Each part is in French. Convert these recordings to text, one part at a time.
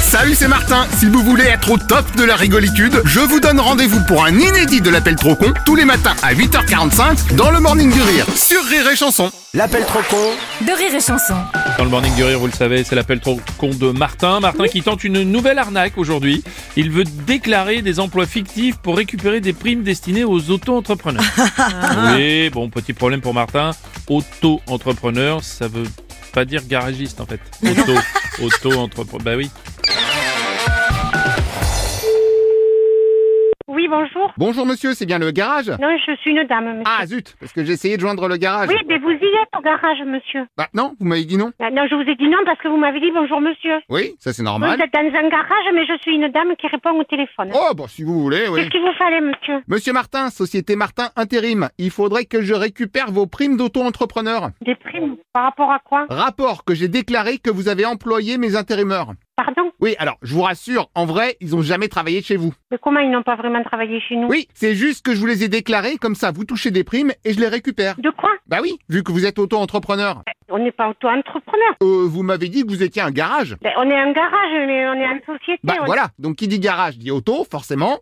Salut, c'est Martin. Si vous voulez être au top de la rigolitude, je vous donne rendez-vous pour un inédit de l'appel trop con tous les matins à 8h45 dans le Morning du Rire sur Rire et Chanson. L'appel trop con de rire et chanson. Dans le morning du rire, vous le savez, c'est l'appel trop con de Martin. Martin qui tente une nouvelle arnaque aujourd'hui. Il veut déclarer des emplois fictifs pour récupérer des primes destinées aux auto-entrepreneurs. oui, bon, petit problème pour Martin. Auto-entrepreneur, ça veut pas dire garagiste en fait. Auto, auto-entrepreneur. Bah oui. Oui, bonjour. Bonjour monsieur, c'est bien le garage Non, je suis une dame, monsieur. Ah zut, parce que j'ai essayé de joindre le garage. oui, mais vous y êtes au garage, monsieur. Bah non, vous m'avez dit non. Ah, Non, je vous ai dit non parce que vous m'avez dit bonjour, monsieur. Oui, ça c'est Vous normal. êtes dans un garage, mais je suis une dame qui répond au téléphone. Oh, bon, si vous voulez, oui. Qu'est-ce qu'il vous fallait, monsieur Monsieur Martin, Société Martin Intérim, il faudrait que je récupère vos primes d'auto-entrepreneur. Des primes Par rapport à quoi Rapport que j'ai déclaré que vous avez employé mes intérimeurs. Pardon Oui, alors, je vous rassure, en vrai, ils ont jamais travaillé chez vous. Mais comment ils n'ont pas vraiment travaillé chez nous Oui, c'est juste que je vous les ai déclarés, comme ça vous touchez des primes et je les récupère. De quoi Bah oui, vu que vous êtes auto-entrepreneur. On n'est pas auto-entrepreneur. Euh, vous m'avez dit que vous étiez un garage. Ben, on est un garage, mais on est en société. Bah on- voilà, donc qui dit garage dit auto, forcément.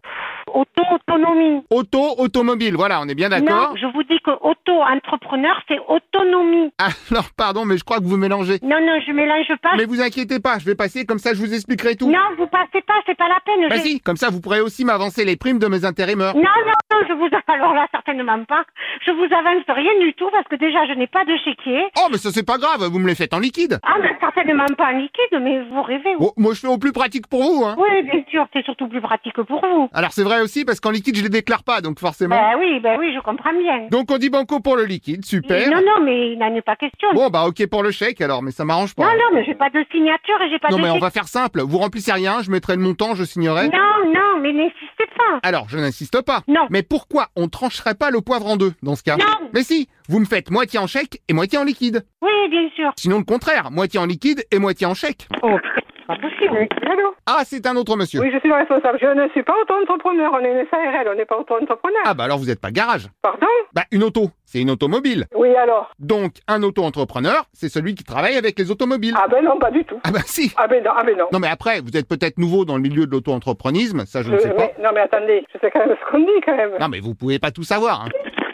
Auto-autonomie. Auto, automobile, voilà, on est bien d'accord. Non, je vous dis que auto-entrepreneur, c'est autonomie. Ah, Alors pardon, mais je crois que vous mélangez. Non, non, je mélange pas. Mais vous inquiétez pas, je vais passer, comme ça je vous expliquerai tout. Ah. Non, vous passez pas, c'est pas la peine. Bah je- si, comme ça vous pourrez aussi m'avancer les primes de mes intérimeurs. Non, non, non, je vous alors là certainement pas. Je vous avance rien du tout parce que déjà je n'ai pas de chéquier. Oh mais ça c'est pas grave, vous me les faites en liquide. Ah, mais certainement pas en liquide, mais vous rêvez. Bon, moi je fais au plus pratique pour vous, hein. Oui, bien sûr, c'est surtout plus pratique pour vous. Alors c'est vrai aussi parce qu'en liquide je les déclare pas, donc forcément. Ben oui, ben oui, je comprends bien. Donc on dit banco pour le liquide, super. Non, non, mais il n'en est pas question. Bon bah ok pour le chèque alors, mais ça m'arrange pas. Non, non, mais j'ai pas de signature et j'ai pas Non, de. mais on chéquier. va faire simple, vous remplissez rien, je mettrai le montant, je signerai. Non, non, mais n'insistez pas. Alors je n'insiste pas. Non. Mais pourquoi on trancherait pas le poivre en deux dans ce cas Non. Mais si, vous me faites moitié en chèque et moitié en liquide. Oui, bien sûr. Sinon le contraire, moitié en liquide et moitié en chèque. Oh putain, c'est pas possible. Allô Ah c'est un autre monsieur. Oui, je suis le responsable. Je ne suis pas auto-entrepreneur. On est une SARL, on n'est pas auto-entrepreneur. Ah bah alors vous n'êtes pas garage. Pardon Bah une auto, c'est une automobile. Oui, alors Donc un auto-entrepreneur, c'est celui qui travaille avec les automobiles. Ah ben non, pas du tout. Ah bah si Ah ben non, ah ben non. Non mais après, vous êtes peut-être nouveau dans le milieu de l'auto-entreprenisme, ça Euh, je ne Je- sais pas. Euh, mais- non mais attendez, je sais quand même ce qu'on dit quand même. Non mais vous pouvez pas tout savoir. hein.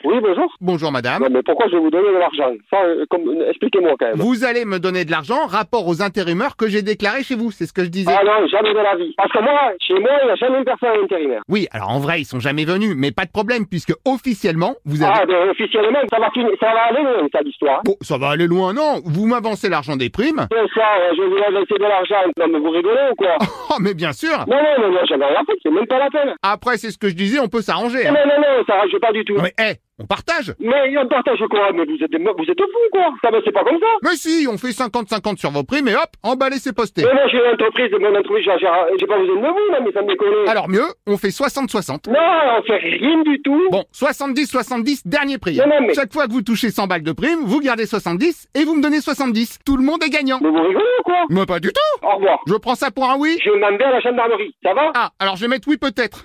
Oui, bonjour. Bonjour madame. Non, Ah, mais pourquoi je vais vous donner de l'argent Ça, euh, comme- euh, Expliquez-moi quand même. Vous allez me donner de l'argent rapport aux intérimeurs que j'ai déclarés chez vous, c'est ce que je disais. Ah non, jamais de la vie. Parce que moi, chez moi, il n'y a jamais une personne intérimaire. Oui, alors en vrai, ils sont jamais venus, mais pas de problème puisque officiellement, vous avez Ah, ben, officiellement, ça va, finir, ça va aller loin, cette histoire. Bon, ça va aller loin, non Vous m'avancez l'argent des primes Bien sûr, euh, je vous ai laissé de l'argent. Non, mais vous rigolez ou quoi Oh, mais bien sûr Non, non, non, non, j'en ai rien à foutre, c'est même pas la peine. Après, c'est ce que je disais, on peut s'arranger. Non, hein. non, non, ça ne pas du tout. Non mais, hé, on partage Mais on partage quoi Mais vous êtes, des me- vous êtes fous, quoi Ça, ben, c'est pas comme ça. Mais si, on fait 50-50 sur vos primes et hop, emballez, c'est posté. Mais moi, j'ai une entreprise, mon entreprise, j'ai j'ai pas besoin de vous, là, mais ça me déconne. Alors mieux, on fait 60-60. Non, on fait rien du tout. Bon, 70-70, dernier prix. Non, non, mais- Chaque fois que vous touchez 100 balles de primes, vous gardez 70 et vous me donnez 70. Tout le monde est gagnant. Mais vous rigolez ou quoi Mais pas du tout Au revoir. Je prends ça pour un oui. Je m'en vais à la gendarmerie, ça va Ah, alors je vais mettre oui peut-être.